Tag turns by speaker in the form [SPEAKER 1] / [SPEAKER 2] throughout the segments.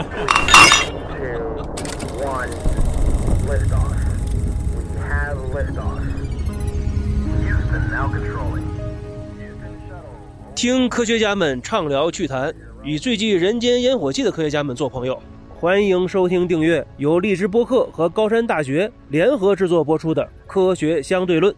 [SPEAKER 1] two, one, liftoff. We have liftoff. Houston now controlling. Houston shuttle.
[SPEAKER 2] 听科学家们畅聊趣谈，与最具人间烟火气的科学家们做朋友。欢迎收听订阅由荔枝播客和高山大学联合制作播出的《科学相对论》。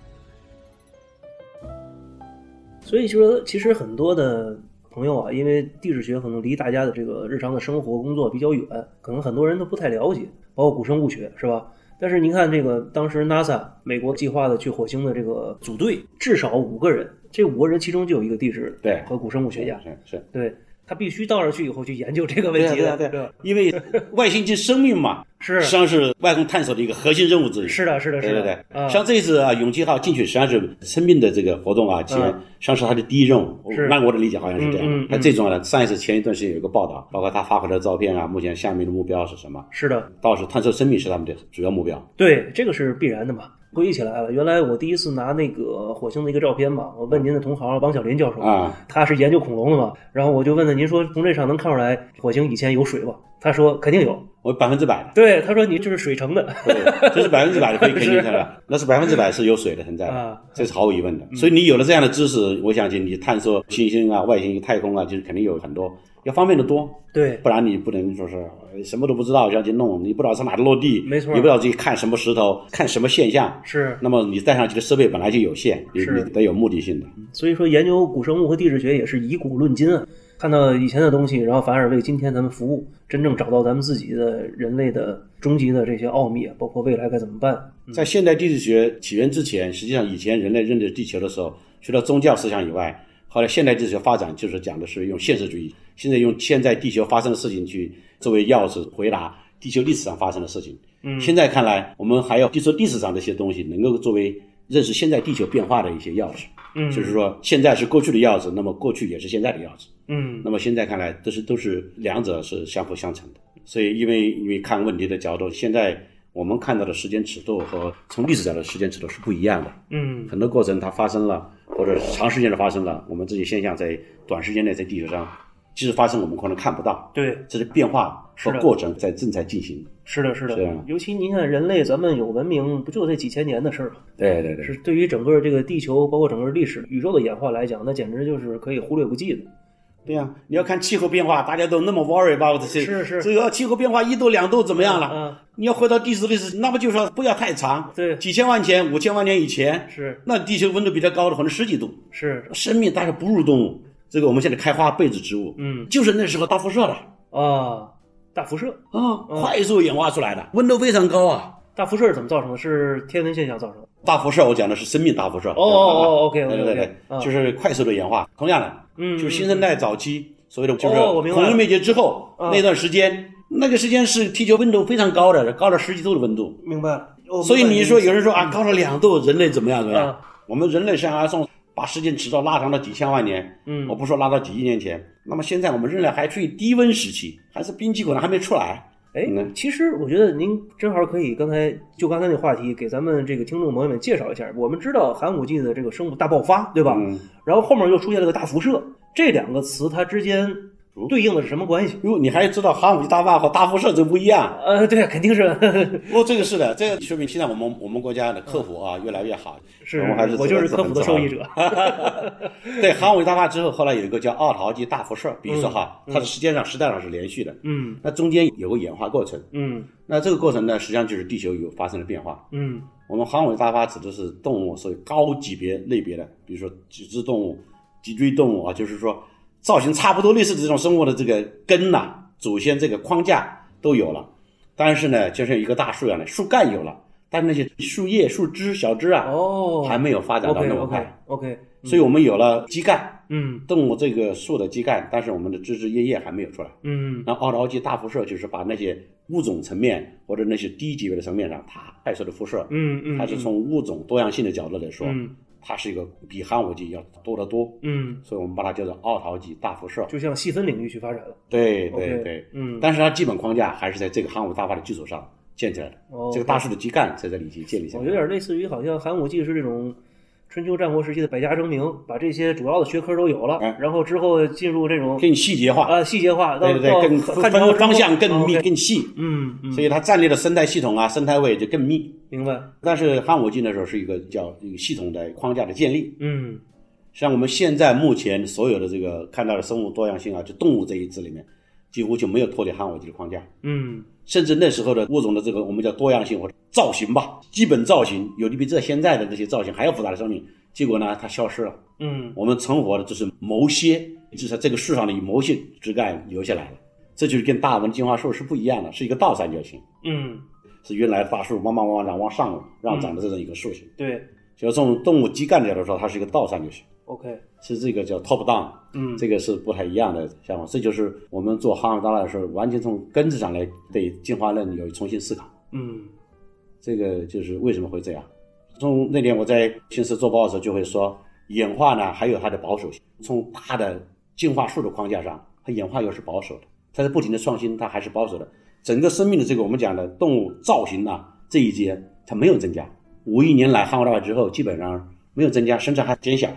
[SPEAKER 2] 所以说，其实很多的朋友啊，因为地质学可能离大家的这个日常的生活工作比较远，可能很多人都不太了解，包括古生物学，是吧？但是您看，这个当时 NASA 美国计划的去火星的这个组队，至少五个人，这五个人其中就有一个地质
[SPEAKER 3] 对
[SPEAKER 2] 和古生物学家，
[SPEAKER 3] 是是，
[SPEAKER 2] 对他必须到那儿去以后去研究这个问
[SPEAKER 3] 对啊
[SPEAKER 2] 题
[SPEAKER 3] 对啊
[SPEAKER 2] 的，
[SPEAKER 3] 对
[SPEAKER 2] 吧
[SPEAKER 3] 啊，因为外星际生命嘛，
[SPEAKER 2] 是
[SPEAKER 3] 实际上是外空探索的一个核心任务之一。
[SPEAKER 2] 是的，是的，
[SPEAKER 3] 对
[SPEAKER 2] 是
[SPEAKER 3] 对
[SPEAKER 2] 的，
[SPEAKER 3] 对，
[SPEAKER 2] 啊
[SPEAKER 3] 像这次啊，勇气号进去实际上是生命的这个活动啊，其实实
[SPEAKER 2] 嗯
[SPEAKER 3] 际上是它的第一任务
[SPEAKER 2] 是。
[SPEAKER 3] 按我的理解好像是这
[SPEAKER 2] 嗯嗯
[SPEAKER 3] 样
[SPEAKER 2] 嗯。
[SPEAKER 3] 那最重要的，上一次前一段时间有一个报道，包括他发回来的照片啊，目前下面的目标是什么？
[SPEAKER 2] 是的，
[SPEAKER 3] 到时探测生命是他们的主要目标。
[SPEAKER 2] 对，这个是必然的嘛。回忆起来了，原来我第一次拿那个火星的一个照片嘛，我问您的同行王小林教授，
[SPEAKER 3] 啊，
[SPEAKER 2] 他是研究恐龙的嘛，然后我就问他，您说从这上能看出来火星以前有水吧？他说肯定有，
[SPEAKER 3] 我百分之百的。
[SPEAKER 2] 对，他说你这是水城的，
[SPEAKER 3] 对，这是百分之百的 可以肯定的，那是百分之百是有水的存在
[SPEAKER 2] 啊嗯
[SPEAKER 3] 的，这是毫无疑问的。所以你有了这样的知识，我相信你探索星星啊、外星、太空啊，就是肯定有很多要方便的多，
[SPEAKER 2] 对，
[SPEAKER 3] 不然你不能说是呃什么都不知道要去弄，你不知道从哪里落地，
[SPEAKER 2] 没错
[SPEAKER 3] 你不知道自己看什么石头、看什么现象。
[SPEAKER 2] 是，
[SPEAKER 3] 那么你带上去的设备本来就有限，你
[SPEAKER 2] 是
[SPEAKER 3] 你得有目的性的。
[SPEAKER 2] 所以说研究古生物和地质学也是以古论今啊，看到以前的东西，然后反而为今天咱们服务，真正找到咱们自己的人类的终极的这些奥秘啊，包括未来该怎么办，
[SPEAKER 3] 在现代地质学起源之前，实际上以前人类认识地球的时候，除了宗教思想以外，后来现代地质学发展就是讲的是用现实主义，现在用现在地球发生的事情去作为钥匙回答地球历史上发生的事情。嗯，现在看来，我们还要地球历史上的一些东西能够作为认识现在地球变化的一些钥匙。
[SPEAKER 2] 嗯
[SPEAKER 3] 就是说现在是过去的钥匙，那么过去也是现在的钥匙。
[SPEAKER 2] 嗯，
[SPEAKER 3] 那么现在看来，这是都是两者是相辅相成的。所以，因为因为看问题的角度，现在我们看到的时间尺度和从历史角度的时间尺度是不一样的。
[SPEAKER 2] 嗯，
[SPEAKER 3] 很多过程它发生了，或者是长时间的发生了，我们这些现象在短时间内在地球上，即使发生，我们可能看不到，
[SPEAKER 2] 对。
[SPEAKER 3] 这是变化
[SPEAKER 2] 是
[SPEAKER 3] 和
[SPEAKER 2] 的
[SPEAKER 3] 过程在正在进行。
[SPEAKER 2] 是的，是的，
[SPEAKER 3] 是啊
[SPEAKER 2] 尤其您看，人类咱们有文明，不就这几千年的事儿吗？
[SPEAKER 3] 对对对，
[SPEAKER 2] 是对于整个这个地球，包括整个历史、宇宙的演化来讲，那简直就是可以忽略不计的。
[SPEAKER 3] 对呀、你要看气候变化，大家都那么 worry about 这些，
[SPEAKER 2] 是是
[SPEAKER 3] 这个气候变化一度两度怎么样了？
[SPEAKER 2] 嗯嗯
[SPEAKER 3] 你要回到地质历史，那么就说不要太长，
[SPEAKER 2] 对
[SPEAKER 3] 几千万前、五千万年以 前，
[SPEAKER 2] 是
[SPEAKER 3] 那地球温度比较高的可能十几度，
[SPEAKER 2] 是
[SPEAKER 3] 生命大概哺乳动物，这个我们现在开花被子植物，
[SPEAKER 2] 嗯
[SPEAKER 3] 就是那时候大辐射了
[SPEAKER 2] 啊，大辐射，
[SPEAKER 3] 啊，快速演化出来的，温度非常高啊。
[SPEAKER 2] 大辐射是怎么造成的？是天文现象造成的。
[SPEAKER 3] 大辐射，我讲的是生命大辐射。哦
[SPEAKER 2] 哦哦，OK，OK，OK，
[SPEAKER 3] 对对对
[SPEAKER 2] 嗯
[SPEAKER 3] 对，就是快速的演化。同样的，
[SPEAKER 2] 嗯
[SPEAKER 3] 就是新生代早期所谓的，就
[SPEAKER 2] 哦我明白了
[SPEAKER 3] 是恐龙灭绝之后
[SPEAKER 2] 嗯
[SPEAKER 3] 那段时间，那个时间是地球温度非常高的，高了十几度的温度。
[SPEAKER 2] 明白了。
[SPEAKER 3] 所以你说有人说啊，高了两度，人类怎么样怎么
[SPEAKER 2] 嗯
[SPEAKER 3] 样？我们人类上还从把时间迟早拉长到几千万年，
[SPEAKER 2] 嗯
[SPEAKER 3] 我不说拉到几亿年前，那么现在我们人类还处于低温时期，还是冰期可能还没出来。
[SPEAKER 2] 哎
[SPEAKER 3] 嗯，
[SPEAKER 2] 其实我觉得您正好可以刚才就刚才那话题，给咱们这个听众朋友们介绍一下。我们知道寒武纪的这个生物大爆发，对吧？
[SPEAKER 3] 嗯
[SPEAKER 2] 然后后面又出现了个大辐射，这两个词它之间对应的是什么关系？
[SPEAKER 3] 如果你还知道寒武纪大坝和大辐射这不一样，
[SPEAKER 2] 呃，对，肯定是
[SPEAKER 3] 不过这个是的，这个说明现在我们我们国家的科普啊越来越好，
[SPEAKER 2] 是
[SPEAKER 3] 我们还是
[SPEAKER 2] 我就是科普的受益。者。
[SPEAKER 3] 对，寒武纪大坝之后，后来有一个叫奥陶纪大辐射，比如说哈，它的时间上时代上是连续的，
[SPEAKER 2] 嗯
[SPEAKER 3] 那中间有个演化过程，
[SPEAKER 2] 嗯
[SPEAKER 3] 那这个过程呢，实际上就是地球有发生了变化。
[SPEAKER 2] 嗯
[SPEAKER 3] 我们寒武纪大坝指的是动物，所以高级别类别的，比如说脊椎动物、脊椎动物啊，就是说造型差不多类似的这种生物的这个根呐、祖先这个框架都有了。但是呢，就像一个大树一样的，树干有了，但是那些树叶、树枝、小枝啊，
[SPEAKER 2] 哦，
[SPEAKER 3] 还没有发展到
[SPEAKER 2] OK
[SPEAKER 3] 那么快。
[SPEAKER 2] OK OK，
[SPEAKER 3] 所以我们有了基干，
[SPEAKER 2] 嗯
[SPEAKER 3] 动物这个树的基干，但是我们的枝枝叶叶还没有出来。
[SPEAKER 2] 嗯
[SPEAKER 3] 那奥陶纪大辐射就是把那些物种层面或者那些低级别的层面上，它快速的辐射，
[SPEAKER 2] 嗯嗯，
[SPEAKER 3] 它是从物种多样性的角度来说，
[SPEAKER 2] 嗯
[SPEAKER 3] 它是一个比寒武纪要多得多，
[SPEAKER 2] 嗯，
[SPEAKER 3] 所以我们把它叫做奥陶纪大辐射。
[SPEAKER 2] 就向细分领域去发展了。
[SPEAKER 3] 对
[SPEAKER 2] OK，
[SPEAKER 3] 对对，
[SPEAKER 2] 嗯
[SPEAKER 3] 但是它基本框架还是在这个寒武纪大坝的基础上建起来的。
[SPEAKER 2] 哦
[SPEAKER 3] 这个大树的基干在这里已经建立起来
[SPEAKER 2] 我
[SPEAKER 3] 了。
[SPEAKER 2] 有点类似于好像寒武纪是这种。春秋战国时期的百家争鸣，把这些主要的学科都有了，
[SPEAKER 3] 哎
[SPEAKER 2] 然后之后进入这种
[SPEAKER 3] 给你细节化，
[SPEAKER 2] 啊细节化，到
[SPEAKER 3] 对对对，更
[SPEAKER 2] 到汉朝
[SPEAKER 3] 分方向更密
[SPEAKER 2] 密，
[SPEAKER 3] 更细，
[SPEAKER 2] 嗯嗯，
[SPEAKER 3] 所以它战略的生态系统啊、生态位就更密。
[SPEAKER 2] 明白，
[SPEAKER 3] 但是汉武纪那时候是一个叫一个系统的框架的建立，
[SPEAKER 2] 嗯
[SPEAKER 3] 实际上我们现在目前所有的这个看到的生物多样性啊，就动物这一支里面，几乎就没有脱离汉武纪的框架。
[SPEAKER 2] 嗯
[SPEAKER 3] 甚至那时候的物种的这个我们叫多样性或者造型吧，基本造型有的比这现在的这些造型还要复杂的生命，结果呢它消失了。
[SPEAKER 2] 嗯
[SPEAKER 3] 我们存活的就是某些，就是在这个世上的某些枝干留下来了，这就是跟达尔文进化树是不一样的，是一个倒三角形，
[SPEAKER 2] 嗯，
[SPEAKER 3] 是原来的大树慢慢慢慢长往上让长的这种一个树形。
[SPEAKER 2] 对
[SPEAKER 3] 所以从动物基干的角度说，它是一个倒三角形，
[SPEAKER 2] ，OK，
[SPEAKER 3] 是这个叫 top down，
[SPEAKER 2] 嗯
[SPEAKER 3] 这个是不太一样的想法。这就是我们做哈姆达拉的时候，完全从根子上来对进化论有重新思考。
[SPEAKER 2] 嗯
[SPEAKER 3] 这个就是为什么会这样。从那年我在新思做报的时候就会说，演化呢还有它的保守性，从大的进化树的框架上，它演化又是保守的，它在不停的创新，它还是保守的。整个生命的这个我们讲的动物造型啊这一节它没有增加，五亿年来汉化大化之后基本上没有增加，甚至还减小，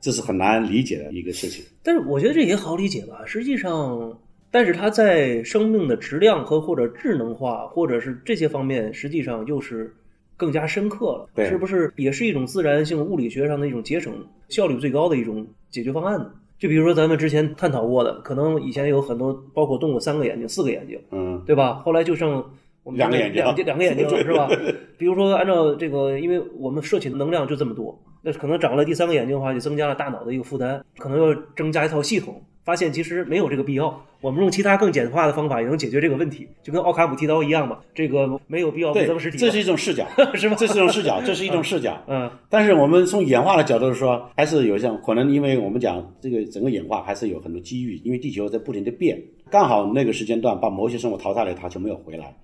[SPEAKER 3] 这是很难理解的一个事情。
[SPEAKER 2] 但是我觉得这也好理解吧。实际上，但是它在生命的质量和或者智能化，或者是这些方面，实际上又是更加深刻了。
[SPEAKER 3] 对
[SPEAKER 2] 是不是也是一种自然性物理学上的一种节省、效率最高的一种解决方案呢？就比如说咱们之前探讨过的，可能以前有很多，包括动物三个眼睛、四个眼睛，
[SPEAKER 3] 嗯，
[SPEAKER 2] 对吧？后来就剩我们
[SPEAKER 3] 两个眼睛啊
[SPEAKER 2] 两两个眼 睛了，是吧？比如说，按照这个，因为我们摄取的能量就这么多，那可能长了第三个眼睛的话，就增加了大脑的一个负担，可能要增加一套系统。发现其实没有这个必要，我们用其他更简化的方法也能解决这个问题，就跟奥卡姆剃刀一样嘛。这个没有必要不
[SPEAKER 3] 对
[SPEAKER 2] 增实，体嘛，
[SPEAKER 3] 这是一种视角，
[SPEAKER 2] 是吧
[SPEAKER 3] 这是一种视角，这是一种视角。
[SPEAKER 2] 嗯
[SPEAKER 3] 但是我们从演化的角度说，还是有像可能，因为我们讲这个整个演化还是有很多机遇，因为地球在不停的变，刚好那个时间段把某些生物淘汰了，它就没有回来，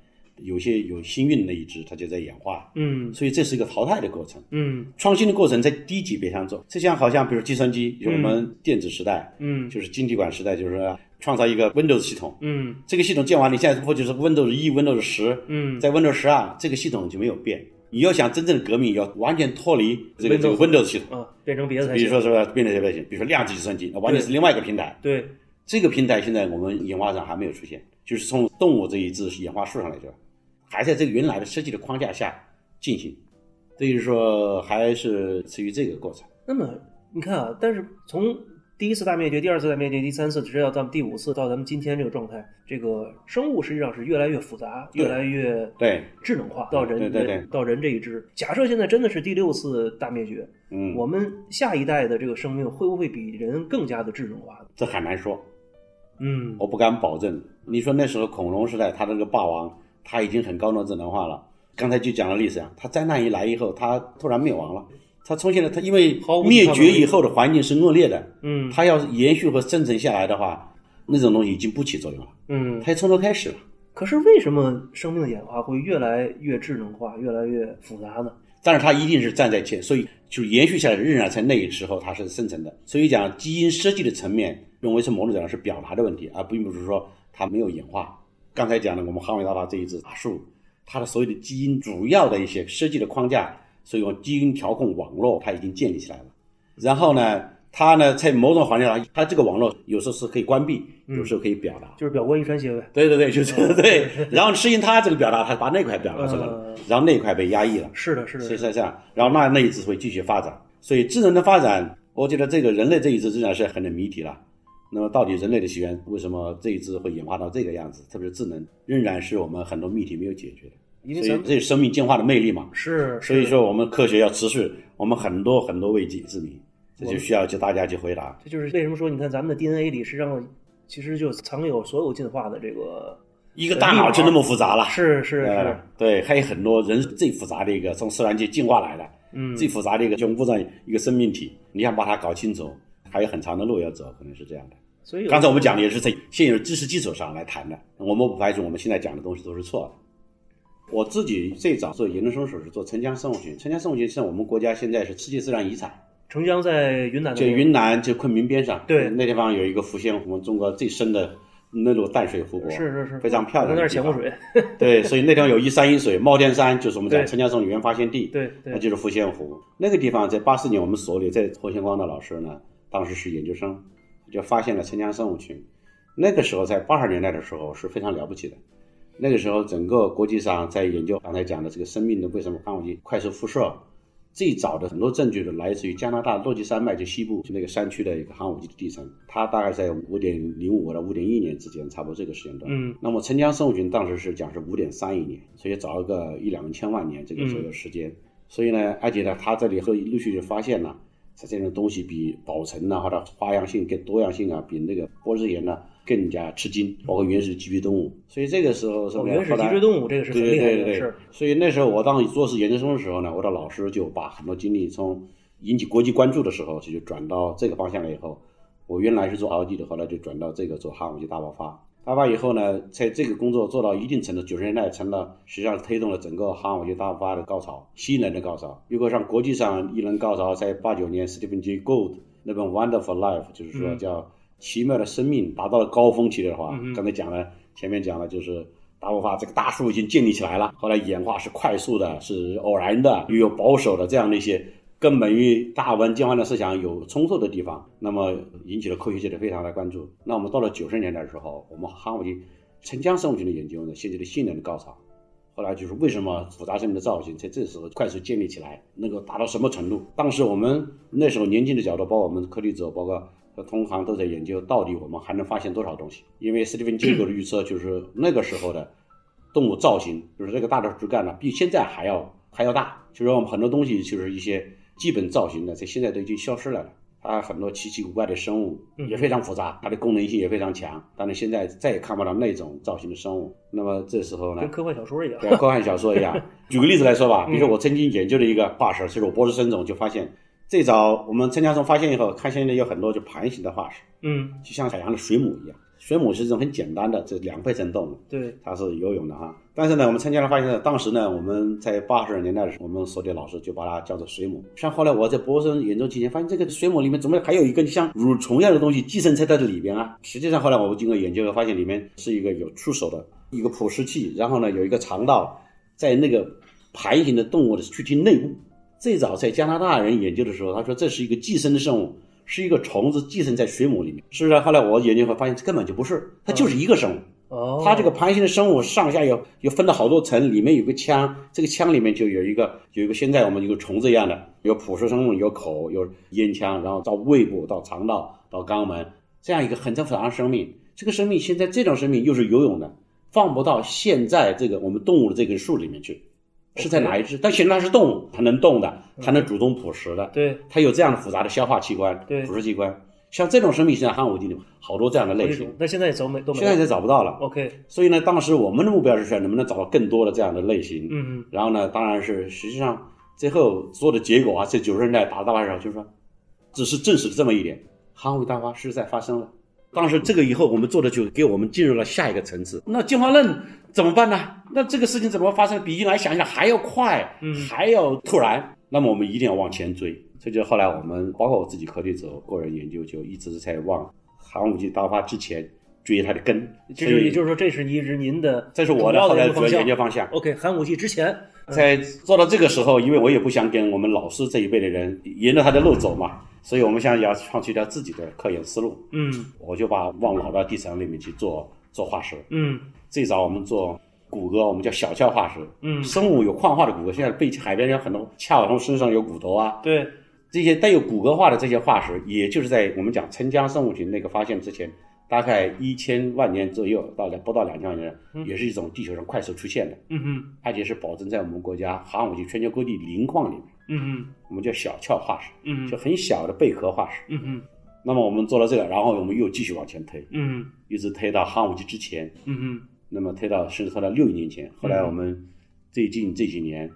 [SPEAKER 3] 有些有幸运的一只，它就在演化，
[SPEAKER 2] 嗯
[SPEAKER 3] 所以这是一个淘汰的过程。
[SPEAKER 2] 嗯
[SPEAKER 3] 创新的过程在低级别上做，就像好像比如计算机，我们电子时代，
[SPEAKER 2] 嗯
[SPEAKER 3] 就是晶体管时代，就是说创造一个 Windows 系统，
[SPEAKER 2] 嗯
[SPEAKER 3] 这个系统建完，你现在不就是 Windows 一、Windows 十，
[SPEAKER 2] 嗯
[SPEAKER 3] 在 Windows 十二这个系统就没有变。你要想真正的革命，要完全脱离这个这个 Windows 系统，
[SPEAKER 2] 啊，变成别的才
[SPEAKER 3] 比如
[SPEAKER 2] 行。
[SPEAKER 3] 说是吧，变态类型，比如说量子计算机，那完全是另外一个平台。
[SPEAKER 2] 对，
[SPEAKER 3] 这个平台现在我们演化上还没有出现，就是从动物这一支演化树上来说，还在这个原来的设计的框架下进行，所以说还是处于这个过程。
[SPEAKER 2] 那么你看啊，但是从第一次大灭绝、第二次大灭绝、第三次，直到咱们第五次，到咱们今天这个状态，这个生物实际上是越来越复杂，
[SPEAKER 3] 对
[SPEAKER 2] 越来越
[SPEAKER 3] 对，
[SPEAKER 2] 智能化，到人
[SPEAKER 3] 对对对
[SPEAKER 2] 到人这一支。假设现在真的是第六次大灭绝，
[SPEAKER 3] 嗯，
[SPEAKER 2] 我们下一代的这个生命会不会比人更加的智能化？
[SPEAKER 3] 这很难说，
[SPEAKER 2] 嗯
[SPEAKER 3] 我不敢保证。你说那时候恐龙时代，他那个霸王，他已经很高度智能化了。刚才就讲了例子啊，他灾难一来以后，他突然灭亡了。他出现了，他因为
[SPEAKER 2] 毫无抵
[SPEAKER 3] 灭
[SPEAKER 2] 抗
[SPEAKER 3] 绝
[SPEAKER 2] 能力
[SPEAKER 3] 以后的环境是恶劣的，
[SPEAKER 2] 嗯
[SPEAKER 3] 它要延续和生存下来的话，那种东西已经不起作用了，
[SPEAKER 2] 嗯。
[SPEAKER 3] 它要从头开始了。
[SPEAKER 2] 可是为什么生命的演化会越来越智能化、越来越复杂呢？
[SPEAKER 3] 但是它一定是站在前，所以就是延续下来，仍然在那个时候它是生成的。所以讲基因设计的层面，认为是某种角度上是表达的问题，而并不是说它没有演化。刚才讲的我们哈维大法这一只大树，它的所有的基因主要的一些设计的框架，所以用基因调控网络它已经建立起来了。然后呢，它呢在某种环境下，它这个网络有时候是可以关闭，有时候可以表达。
[SPEAKER 2] 就是表观遗传学呗。
[SPEAKER 3] 对对对，嗯就是对。然后适应他这个表达，他把那块表达出来啊了
[SPEAKER 2] 嗯，
[SPEAKER 3] 然后那块被压抑了，
[SPEAKER 2] 是的，是的，
[SPEAKER 3] 是
[SPEAKER 2] 是的。
[SPEAKER 3] 是这样。然后那那一支会继续发展，所以智能的发展，我觉得这个人类这一支仍然是很的谜题了。那么到底人类的起源为什么这一支会演化到这个样子？特别是智能，仍然是我们很多命题没有解决的。
[SPEAKER 2] 因为
[SPEAKER 3] 所
[SPEAKER 2] 咱
[SPEAKER 3] 以
[SPEAKER 2] 们
[SPEAKER 3] 这是生命进化的魅力嘛。
[SPEAKER 2] 是，
[SPEAKER 3] 所以
[SPEAKER 2] 是的
[SPEAKER 3] 说我们科学要持续，我们很多很多未解之谜，
[SPEAKER 2] 我
[SPEAKER 3] 这就
[SPEAKER 2] 们
[SPEAKER 3] 需要就大家去回答。
[SPEAKER 2] 这就是为什么说，你看咱们的 DNA 里实际上其实就藏有所有进化的这个，
[SPEAKER 3] 一个大脑就那么复杂了，
[SPEAKER 2] 是是
[SPEAKER 3] 呃
[SPEAKER 2] 是，，
[SPEAKER 3] 对，还有很多人最复杂的一个从自然界进化来的，
[SPEAKER 2] 嗯，
[SPEAKER 3] 最复杂的一个就物种一个生命体，你想把它搞清楚，还有很长的路要走，可能是这样的。
[SPEAKER 2] 所以有
[SPEAKER 3] 刚才我们讲的也是在现有知识基础上来谈的，我们不排除我们现在讲的东西都是错的。我自己最早做研究生时候是做澄江生物群，澄江生物群是我们国家现在是世界自然遗产，
[SPEAKER 2] 澄江在云南的
[SPEAKER 3] 就
[SPEAKER 2] 那个
[SPEAKER 3] 云南就昆明边上，
[SPEAKER 2] 对
[SPEAKER 3] 那地方有一个浮现我们中国最深的那种淡水湖泊，
[SPEAKER 2] 是是是，
[SPEAKER 3] 非常漂
[SPEAKER 2] 我
[SPEAKER 3] 亮
[SPEAKER 2] 在那
[SPEAKER 3] 的
[SPEAKER 2] 儿
[SPEAKER 3] 地
[SPEAKER 2] 潜
[SPEAKER 3] 方。
[SPEAKER 2] 过水，
[SPEAKER 3] 对，所以那地方有一山一水，帽店山就是我们讲
[SPEAKER 2] 对
[SPEAKER 3] 陈嘉松语言发现地，
[SPEAKER 2] 对
[SPEAKER 3] 那
[SPEAKER 2] 对，
[SPEAKER 3] 就是福建湖。那个地方在八四年，我们所里在侯先光的老师呢，当时是研究生，就发现了陈江生物群。那个时候在八十年代的时候是非常了不起的。那个时候整个国际上在研究刚才讲的这个生命的为什么抗体快速辐射，最早的很多证据都来自于加拿大落基山脉就西部就那个山区的一个寒武纪的地层，它大概在五点零五到五点一年之间，差不多这个时间段。
[SPEAKER 2] 嗯
[SPEAKER 3] 那么陈江生物群当时是讲是五点三亿年，所以早了个一两千万年这
[SPEAKER 2] 嗯
[SPEAKER 3] 个左右时间。所以呢，而且呢，他这里后陆续就发现了，它这种东西比保存呐、或者花样性、跟多样性啊，比那个波斯岩呢、更加吃惊，包括原始脊椎动物。所以这个时候是
[SPEAKER 2] 哦
[SPEAKER 3] 后来、
[SPEAKER 2] 原始脊椎动物这个是很
[SPEAKER 3] 对对
[SPEAKER 2] 厉害的
[SPEAKER 3] 对对
[SPEAKER 2] 事儿
[SPEAKER 3] 对。所以那时候我当做是研究生的时候呢，我的老师就把很多精力从引起国际关注的时候，就转到这个方向了。以后，我原来是做 R&D 的，后来就转到这个做哈姆就大爆发。大爆发以后呢，在这个工作做到一定程度，九十年代成了实际上推动了整个哈姆就大爆发的高潮，新人的高潮。如果上国际上一人高潮，在八九年 Stephen J. Gould 那本《Wonderful Life》，就是说
[SPEAKER 2] 嗯
[SPEAKER 3] 叫《奇妙的生命》达到了高峰期的话，
[SPEAKER 2] 嗯哼
[SPEAKER 3] 刚才讲了，前面讲了就是大爆发，这个大树已经建立起来了，后来演化是快速的，是偶然的，又有保守的这样的一些根本与大文进化的思想有冲突的地方，那么引起了科学界的非常的关注。那我们到了九十年代的时候，我们哈姆的陈江生物群的研究呢，掀起了新人的高潮。后来就是为什么复杂生命的造型在这时候快速建立起来，能够达到什么程度？当时我们那时候年轻的角度，包括我们科技者，包括同行都在研究，到底我们还能发现多少东西？因为斯蒂芬金格的预测就是那个时候的动物造型，就是这个大的枝干呢，比现在还要还要大。就是我们很多东西，就是一些基本造型呢，在现在都已经消失了的。它很多奇奇古怪的生物
[SPEAKER 2] 嗯
[SPEAKER 3] 也非常复杂，它的功能性也非常强，但是现在再也看不到那种造型的生物。那么这时候呢，
[SPEAKER 2] 跟科幻小说一样。
[SPEAKER 3] 对，科幻小说一样。举个例子来说吧，
[SPEAKER 2] 嗯
[SPEAKER 3] 比如说我曾经研究了一个化石，就是我博士生总就发现，最早我们陈嘉松发现以后，看现在有很多就盘形的化石，
[SPEAKER 2] 嗯，
[SPEAKER 3] 就像海洋的水母一样。水母是一种很简单的这两倍层动物，
[SPEAKER 2] 对，
[SPEAKER 3] 它是游泳的哈。但是呢，我们参加了发现呢，当时呢，我们在八十年代的时候，我们所里老师就把它叫做水母。像后来我在博士生研究期间发现，这个水母里面怎么还有一根像蠕虫一样的东西寄生在它的里边啊？实际上后来我们经过研究发现，里面是一个有触手的一个捕食器，然后呢有一个肠道，在那个盘形的动物的躯体内部。最早在加拿大人研究的时候，他说这是一个寄生的生物，是一个虫子寄生在水母里面。事实上，后来我研究后发现，这根本就不是，它就是一个生物。
[SPEAKER 2] 哦，
[SPEAKER 3] 它这个盘形的生物上下有有分了好多层，里面有个腔，这个腔里面就有一个有一个现在我们有个虫子一样的，有捕食生物，有口，有咽腔，然后到胃部，到肠道，到肛门，这样一个很正常的生命。这个生命现在这种生命又是游泳的，放不到现在这个我们动物的这根树里面去，是在哪一只？但显然它是动物，它能动的，
[SPEAKER 2] 嗯
[SPEAKER 3] 它能主动捕食的，
[SPEAKER 2] 对，
[SPEAKER 3] 它有这样的复杂的消化器官
[SPEAKER 2] 对、
[SPEAKER 3] 捕食器官。像这种生命，现在汉武纪里面好多这样的类
[SPEAKER 2] 这
[SPEAKER 3] 型
[SPEAKER 2] 种，，那现在走没都没
[SPEAKER 3] 现在
[SPEAKER 2] 有
[SPEAKER 3] 也找不到了。
[SPEAKER 2] OK，
[SPEAKER 3] 所以呢，当时我们的目标是说能不能找到更多的这样的类型。
[SPEAKER 2] 嗯嗯，
[SPEAKER 3] 然后呢，当然是实际上最后所有的结果啊，在九十年代达到的时候，就是说，只是证实了这么一点，航母大发实实在发生了。当时这个以后，我们做的就给我们进入了下一个层次。那进化论怎么办呢？那这个事情怎么发生？比原来想象还要快，
[SPEAKER 2] 嗯
[SPEAKER 3] 还要突然。那么我们一定要往前追。这就是后来我们包括我自己科技者个人研究，就一直在往寒武纪大发之前追它的根。
[SPEAKER 2] 这
[SPEAKER 3] 所
[SPEAKER 2] 就
[SPEAKER 3] 以
[SPEAKER 2] 也就是说，这是一直您的
[SPEAKER 3] 这是我
[SPEAKER 2] 主
[SPEAKER 3] 的
[SPEAKER 2] 要
[SPEAKER 3] 后来
[SPEAKER 2] 研究
[SPEAKER 3] 主要
[SPEAKER 2] 方向
[SPEAKER 3] 研究方向。
[SPEAKER 2] OK，寒武纪之前，
[SPEAKER 3] 在做到这个时候，因为我也不想跟我们老师这一辈的人沿着他的路走嘛，所以我们想要创出一条自己的科研思路。
[SPEAKER 2] 嗯
[SPEAKER 3] 我就把往老的地层里面去做做化石。
[SPEAKER 2] 嗯
[SPEAKER 3] 最早我们做骨骼，我们叫小壳化石。
[SPEAKER 2] 嗯，
[SPEAKER 3] 生物有矿化的骨骼，现在被海边人很多恰从身上有骨头啊，
[SPEAKER 2] 对，
[SPEAKER 3] 这些带有骨骼化的这些化石，也就是在我们讲陈江生物群那个发现之前，大概一千万年左右到了不到两千万年，也是一种地球上快速出现的。
[SPEAKER 2] 嗯嗯
[SPEAKER 3] 而且是保存在我们国家寒武纪全球各地磷矿里面，
[SPEAKER 2] 嗯
[SPEAKER 3] 我们叫小壳化石，
[SPEAKER 2] 嗯
[SPEAKER 3] 就很小的贝壳化石。
[SPEAKER 2] 嗯嗯
[SPEAKER 3] 那么我们做了这个，然后我们又继续往前推，
[SPEAKER 2] 嗯
[SPEAKER 3] 一直推到寒武纪之前，
[SPEAKER 2] 嗯嗯
[SPEAKER 3] 那么推到甚至推到六亿年前。后来我们最近这几年，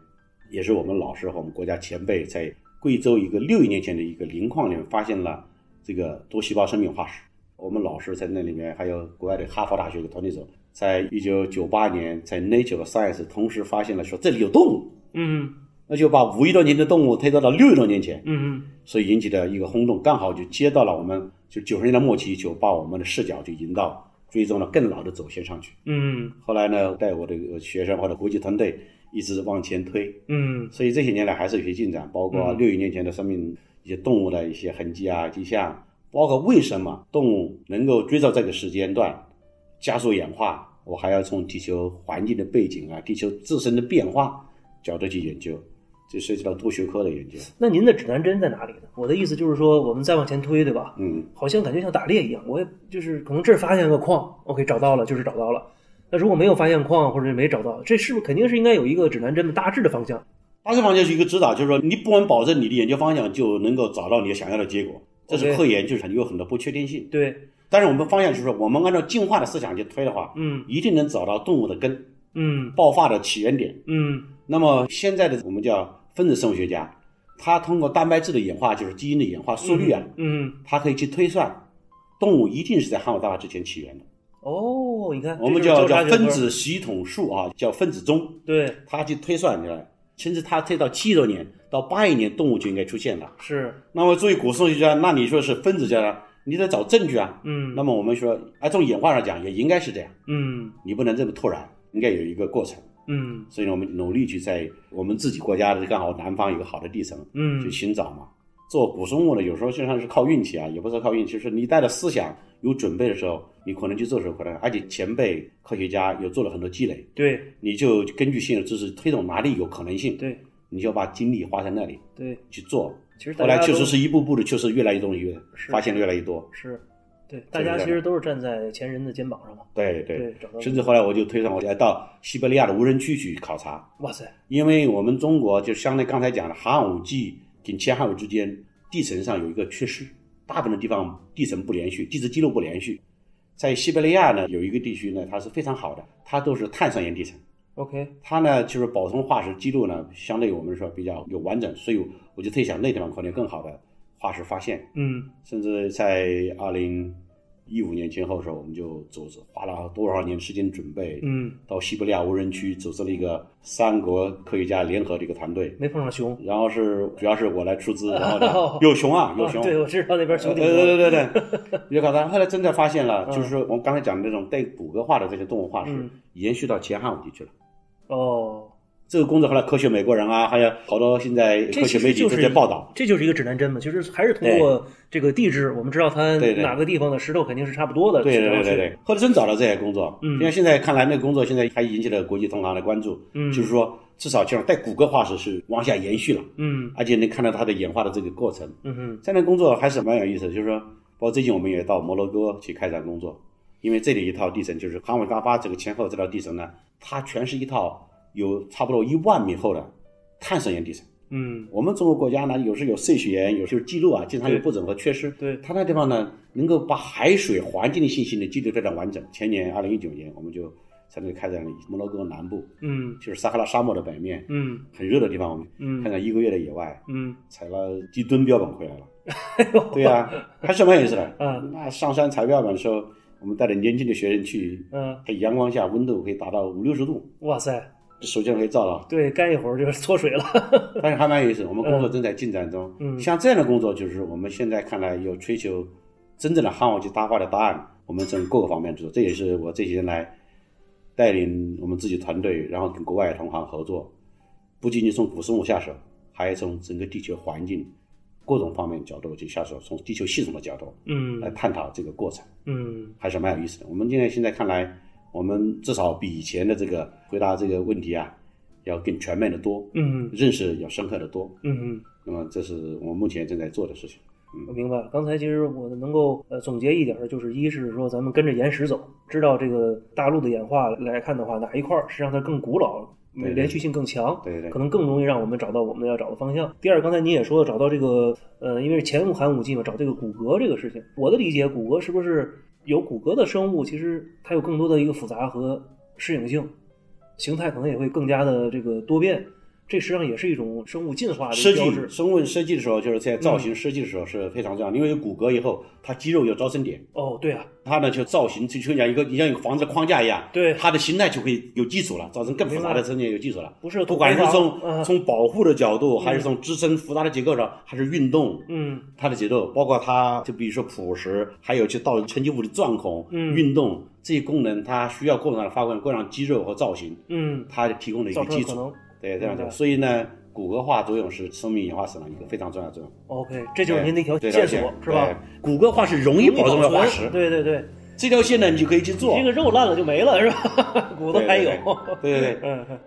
[SPEAKER 3] 也是我们老师和我们国家前辈在贵州一个六亿年前的一个磷矿里面发现了这个多细胞生命化石。我们老师在那里面，还有国外的哈佛大学的团队者，在一九九八年在 Nature 和 Science 同时发现了说这里有动物。
[SPEAKER 2] 嗯
[SPEAKER 3] 那就把五亿多年前的动物推到到六亿多年前，
[SPEAKER 2] 嗯
[SPEAKER 3] 所以引起的一个轰动，刚好就接到了我们就九十年代末期就把我们的视角就引到追踪了更老的走线上去。
[SPEAKER 2] 嗯
[SPEAKER 3] 后来呢，带我的学生或者国际团队一直往前推，
[SPEAKER 2] 嗯
[SPEAKER 3] 所以这些年来还是有些进展，包括啊
[SPEAKER 2] 嗯
[SPEAKER 3] 六亿年前的生命一些动物的一些痕迹啊、迹象，包括为什么动物能够追到这个时间段加速演化，我还要从地球环境的背景啊、地球自身的变化角度去研究，这涉及到多学科的研究。
[SPEAKER 2] 那您的指南针在哪里呢？我的意思就是说，我们再往前推，对吧？
[SPEAKER 3] 嗯，
[SPEAKER 2] 好像感觉像打猎一样，我也就是可能这儿发现个矿，OK，找到了就是找到了。那如果没有发现矿或者没找到，这是不是肯定是应该有一个指南针的大致的方向？
[SPEAKER 3] 大致方向是一个指导，就是说你不能保证你的研究方向就能够找到你想要的结果，这是
[SPEAKER 2] OK
[SPEAKER 3] 科研就是很有很多不确定性。
[SPEAKER 2] 对，
[SPEAKER 3] 但是我们方向就是说，我们按照进化的思想去推的话，
[SPEAKER 2] 嗯
[SPEAKER 3] 一定能找到动物的根、
[SPEAKER 2] 嗯
[SPEAKER 3] 爆发的起源点。
[SPEAKER 2] 嗯
[SPEAKER 3] 那么现在的我们叫分子生物学家，他通过蛋白质的演化，就是基因的演化速率啊，
[SPEAKER 2] 嗯，
[SPEAKER 3] 他可以去推算动物一定是在汉武大化之前起源的。
[SPEAKER 2] 哦，你看，
[SPEAKER 3] 我们
[SPEAKER 2] 这就是交
[SPEAKER 3] 叫叫
[SPEAKER 2] 叉学科
[SPEAKER 3] 分子系统数啊，叫分子钟，
[SPEAKER 2] 对，
[SPEAKER 3] 他去推算出来，甚至他推到七多年到八亿年动物就应该出现了。
[SPEAKER 2] 是，
[SPEAKER 3] 那么作为古生物学家，那你说是分子家，你得找证据啊。
[SPEAKER 2] 嗯，
[SPEAKER 3] 那么我们说，啊，从演化上讲也应该是这样，
[SPEAKER 2] 嗯
[SPEAKER 3] 你不能这么突然，应该有一个过程。
[SPEAKER 2] 嗯
[SPEAKER 3] 所以呢，我们努力去在我们自己国家的刚好南方有个好的地层去
[SPEAKER 2] 嗯
[SPEAKER 3] 寻找嘛。做古生物呢，有时候实际上是靠运气啊，也不是靠运气，就是你带着思想有准备的时候，你可能去做出可能，而且前辈科学家有做了很多积累，
[SPEAKER 2] 对
[SPEAKER 3] 你就根据现有知识推动哪里有可能性，
[SPEAKER 2] 对
[SPEAKER 3] 你就把精力花在那里
[SPEAKER 2] 对，
[SPEAKER 3] 去做。
[SPEAKER 2] 其实大
[SPEAKER 3] 后
[SPEAKER 2] 家
[SPEAKER 3] 来确
[SPEAKER 2] 都
[SPEAKER 3] 实是一步步的，确实越来越多，越
[SPEAKER 2] 是
[SPEAKER 3] 发现的越来越多。
[SPEAKER 2] 是，对，大家其实都是站在前人的肩膀上嘛，
[SPEAKER 3] 对
[SPEAKER 2] 对
[SPEAKER 3] 对，，
[SPEAKER 2] 找到，
[SPEAKER 3] 甚至后来我就推上我来到西伯利亚的无人区去考察，
[SPEAKER 2] 哇塞，
[SPEAKER 3] 因为我们中国就相对刚才讲的寒武纪跟前寒武之间地层上有一个缺失，大部分的地方地层不连续，地质记录不连续。在西伯利亚呢，有一个地区呢，它是非常好的，它都是碳酸盐地层，
[SPEAKER 2] ，OK，
[SPEAKER 3] 它呢就是保存化石记录呢，相对于我们说比较有完整，所以我就特想那地方可能有更好的化石发现。
[SPEAKER 2] 嗯
[SPEAKER 3] 甚至在二零一五年前后的时候，我们就组织花了多少年时间准备，
[SPEAKER 2] 嗯，
[SPEAKER 3] 到西伯利亚无人区组织了一个三国科学家联合的一个团队，
[SPEAKER 2] 没碰上熊，
[SPEAKER 3] 然后是主要是我来出资，然后
[SPEAKER 2] 哦
[SPEAKER 3] 呢有熊啊，有
[SPEAKER 2] 啊
[SPEAKER 3] 熊。
[SPEAKER 2] 对，我知道那边熊
[SPEAKER 3] 呃
[SPEAKER 2] 挺
[SPEAKER 3] 对
[SPEAKER 2] 多，
[SPEAKER 3] 对对 对，有考察，后来真的发现了，
[SPEAKER 2] 嗯
[SPEAKER 3] 就是我们刚才讲的那种带骨骼化的这些动物化石
[SPEAKER 2] 嗯，
[SPEAKER 3] 延续到前汉武帝去了。
[SPEAKER 2] 哦，
[SPEAKER 3] 这个工作后来科学美国人啊，还有好多现在
[SPEAKER 2] 这
[SPEAKER 3] 科
[SPEAKER 2] 其
[SPEAKER 3] 学
[SPEAKER 2] 实
[SPEAKER 3] 媒体
[SPEAKER 2] 就
[SPEAKER 3] 都
[SPEAKER 2] 是
[SPEAKER 3] 在报道，
[SPEAKER 2] 这就是一个指南针嘛，其实还是通过这个地质，我们知道它
[SPEAKER 3] 对对
[SPEAKER 2] 哪个地方的石头肯定是差不多的，
[SPEAKER 3] 对对
[SPEAKER 2] 然后
[SPEAKER 3] 对
[SPEAKER 2] 去
[SPEAKER 3] 对对，后来真找到这些工作，
[SPEAKER 2] 嗯
[SPEAKER 3] 因为现在看来那个工作现在还引起了国际同行的关注，
[SPEAKER 2] 嗯
[SPEAKER 3] 就是说至少这种带骨骼化石是往下延续了，
[SPEAKER 2] 嗯
[SPEAKER 3] 而且能看到它的演化的这个过程。
[SPEAKER 2] 嗯哼，
[SPEAKER 3] 这样的工作还是蛮有意思的，就是说，包括最近我们也到摩洛哥去开展工作，因为这里一套地层就是康伟大巴这个前后这条地层呢，它全是一套有差不多一万米厚的碳酸盐地层。
[SPEAKER 2] 嗯
[SPEAKER 3] 我们中国国家呢，有时有渗水源，有时候记录啊，经常有
[SPEAKER 2] 对
[SPEAKER 3] 不整和缺失。
[SPEAKER 2] 对
[SPEAKER 3] 它那地方呢，能够把海水环境的信息呢记录非常完整。前年二零一九年，我们就在那里开展了摩洛哥南部，
[SPEAKER 2] 嗯
[SPEAKER 3] 就是撒哈拉沙漠的北面，
[SPEAKER 2] 嗯
[SPEAKER 3] 很热的地方，我们开
[SPEAKER 2] 嗯
[SPEAKER 3] 展一个月的野外，
[SPEAKER 2] 嗯，哎
[SPEAKER 3] 采了几吨标本回来了。 对啊呀、还是蛮有意思的。
[SPEAKER 2] 嗯
[SPEAKER 3] 那上山采标本的时候，我们带着年轻的学生去，
[SPEAKER 2] 嗯，
[SPEAKER 3] 在阳光下温度可以达到五六十度，
[SPEAKER 2] 哇塞，
[SPEAKER 3] 手机上可以照到。
[SPEAKER 2] 对，干一会儿就缩水了，
[SPEAKER 3] 但是还蛮有意思，我们工作正在进展中。
[SPEAKER 2] 嗯
[SPEAKER 3] 像这样的工作，就是我们现在看来有追求真正的汉武纪大化的答案，我们从各个方面去做。这也是我这些年来带领我们自己团队，然后跟国外同行合作，不仅仅从古生物下手，还从整个地球环境各种方面角度去下手，从地球系统的角度
[SPEAKER 2] 嗯
[SPEAKER 3] 来探讨这个过程，
[SPEAKER 2] 嗯
[SPEAKER 3] 还是蛮有意思的。我们现在现在看来，我们至少比以前的这个回答这个问题啊，要更全面的多。
[SPEAKER 2] 嗯
[SPEAKER 3] 认识要深刻的多。
[SPEAKER 2] 嗯嗯。
[SPEAKER 3] 那么这是我目前正在做的事情。
[SPEAKER 2] 我明白了，刚才其实我能够呃总结一点儿，就是一是说咱们跟着岩石走，知道这个大陆的演化来看的话，哪一块儿是让它更古老、
[SPEAKER 3] 对对
[SPEAKER 2] 连续性更强，
[SPEAKER 3] 对对对
[SPEAKER 2] 可能更容易让我们找到我们要找的方向。第二，刚才您也说找到这个呃，因为是前寒武纪嘛，找这个骨骼这个事情，我的理解，骨骼是不是有骨骼的生物，其实它有更多的一个复杂和适应性，形态可能也会更加的这个多变。这实际上也是一种生物进化的
[SPEAKER 3] 设
[SPEAKER 2] 标
[SPEAKER 3] 计
[SPEAKER 2] 志。
[SPEAKER 3] 生物设计的时候，就是在造型设计的时候是非常重要，因为有骨骼以后，它肌肉有招生点，
[SPEAKER 2] 哦，对啊，
[SPEAKER 3] 它呢就造型就就像一个你像一个房子的框架一样，
[SPEAKER 2] 对
[SPEAKER 3] 它的形态就会有基础了，造成更复杂的生态有基础了。
[SPEAKER 2] 不是
[SPEAKER 3] 不管是从、
[SPEAKER 2] 嗯
[SPEAKER 3] 从保护的角度，还是从支撑复杂的结构上，还是运动，
[SPEAKER 2] 嗯，
[SPEAKER 3] 它的节奏，包括它就比如说朴实，还有就到沉积物的钻孔、
[SPEAKER 2] 嗯
[SPEAKER 3] 运动这些功能，它需要过量的发挥，过量肌肉和造型，
[SPEAKER 2] 嗯，
[SPEAKER 3] 它提供了一
[SPEAKER 2] 造
[SPEAKER 3] 个
[SPEAKER 2] 成
[SPEAKER 3] 基
[SPEAKER 2] 可
[SPEAKER 3] 础。
[SPEAKER 2] 能。嗯
[SPEAKER 3] 对，这样
[SPEAKER 2] 明
[SPEAKER 3] 讲，
[SPEAKER 2] 白
[SPEAKER 3] 所以呢，骨骼化作用是生命演化史上一个非常重要的作用。
[SPEAKER 2] OK，这就是
[SPEAKER 3] 对
[SPEAKER 2] 您那条
[SPEAKER 3] 这
[SPEAKER 2] 线索是吧？？
[SPEAKER 3] 对骨骼化是容易保存的化石，
[SPEAKER 2] 对对对，
[SPEAKER 3] 这条线呢，你就可以去做
[SPEAKER 2] 这。个肉烂了就没了是吧？骨头还有。
[SPEAKER 3] 对对对，
[SPEAKER 2] 嗯，嗯